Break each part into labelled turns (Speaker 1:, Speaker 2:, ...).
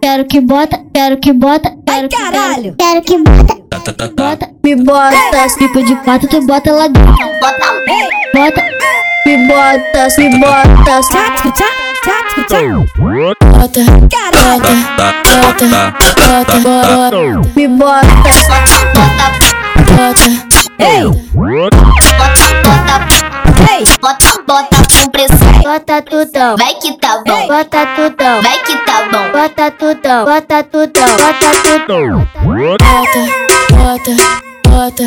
Speaker 1: Quero que bota, quero que bota,
Speaker 2: Ai,
Speaker 1: quero que
Speaker 2: caralho.
Speaker 1: Quero que bota, bota, me bota, as pipa de quatro, tu bota lá dentro. Bota, me bota, me bota, bota,
Speaker 2: Caralho.
Speaker 1: bota, bota, bota, me bota, bota,
Speaker 2: Ei, ei,
Speaker 3: Bota, bota com pressão.
Speaker 1: bota tudão,
Speaker 3: Vai que tá bom,
Speaker 1: bota tudão,
Speaker 3: vai que tá bom.
Speaker 1: bota tudão, bota tudão, bota tudão.
Speaker 4: bota, bota, bota,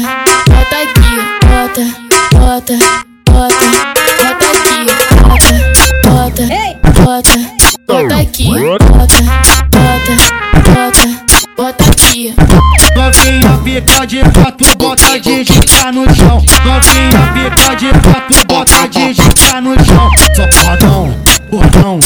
Speaker 4: bota aqui, bota, bota, bota, bota aqui, bota, bota,
Speaker 2: ei.
Speaker 4: bota, bota aqui, bota, bota, bota, bota aqui.
Speaker 5: Novinha fica de quatro, bota de gitar no chão. Novinha fica de quatro, bota de gitar no chão. Safadão, gordão,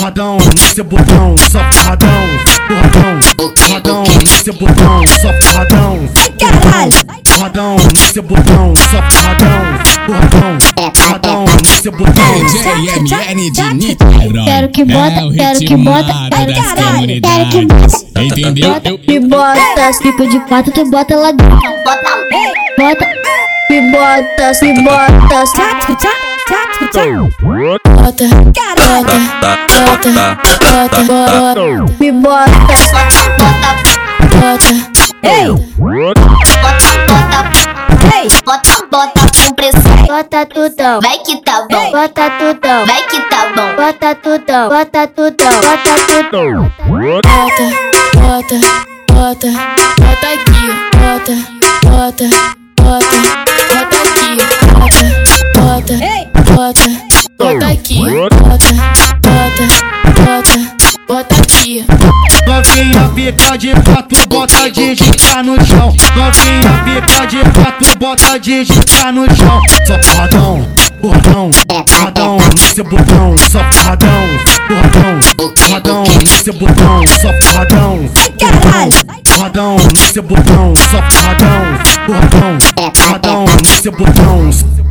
Speaker 5: gordão, nesse botão. Safadão, gordão, gordão, nesse botão. Safadão,
Speaker 2: caralho.
Speaker 5: gordão, nesse botão. Safadão, gordão, gordão, nesse botão.
Speaker 6: JMN de Niterói.
Speaker 1: Quero que bota,
Speaker 6: É o
Speaker 1: quero que
Speaker 6: ritmo
Speaker 1: bota,
Speaker 6: amado
Speaker 1: quero
Speaker 6: das
Speaker 1: que bota,
Speaker 6: comunidades.
Speaker 1: quero que bota.
Speaker 6: Entendeu? Eu-
Speaker 1: Me bota, as pipa de quatro, tu bota lá dentro. Bota, me bota, me bota,
Speaker 4: Bota,
Speaker 2: Caralho.
Speaker 4: bota, bota, bota, bota,
Speaker 1: me bota,
Speaker 4: bota,
Speaker 2: Ei, ei,
Speaker 3: Bota, bota com pressão.
Speaker 1: bota tudão,
Speaker 3: Vai que tá bom,
Speaker 1: bota tudão,
Speaker 3: vai que tá bom.
Speaker 1: bota tudão, bota tudão, bota tudão.
Speaker 4: bota, bota, bota, bota aqui, bota, bota, bota, bota aqui, bota, bota,
Speaker 2: ei,
Speaker 4: bota, bota aqui, bota, bota, bota, bota aqui,
Speaker 5: Novinha fica de quatro, bota de gitar no chão. Novinha fica de quatro, bota de gitar no chão. Safadão, gordão, gordão, nesse botão. Safadão, gordão, gordão, nesse botão. Safadão,
Speaker 2: caralho.
Speaker 5: gordão, nesse botão. Safadão, gordão, gordão, nesse botão.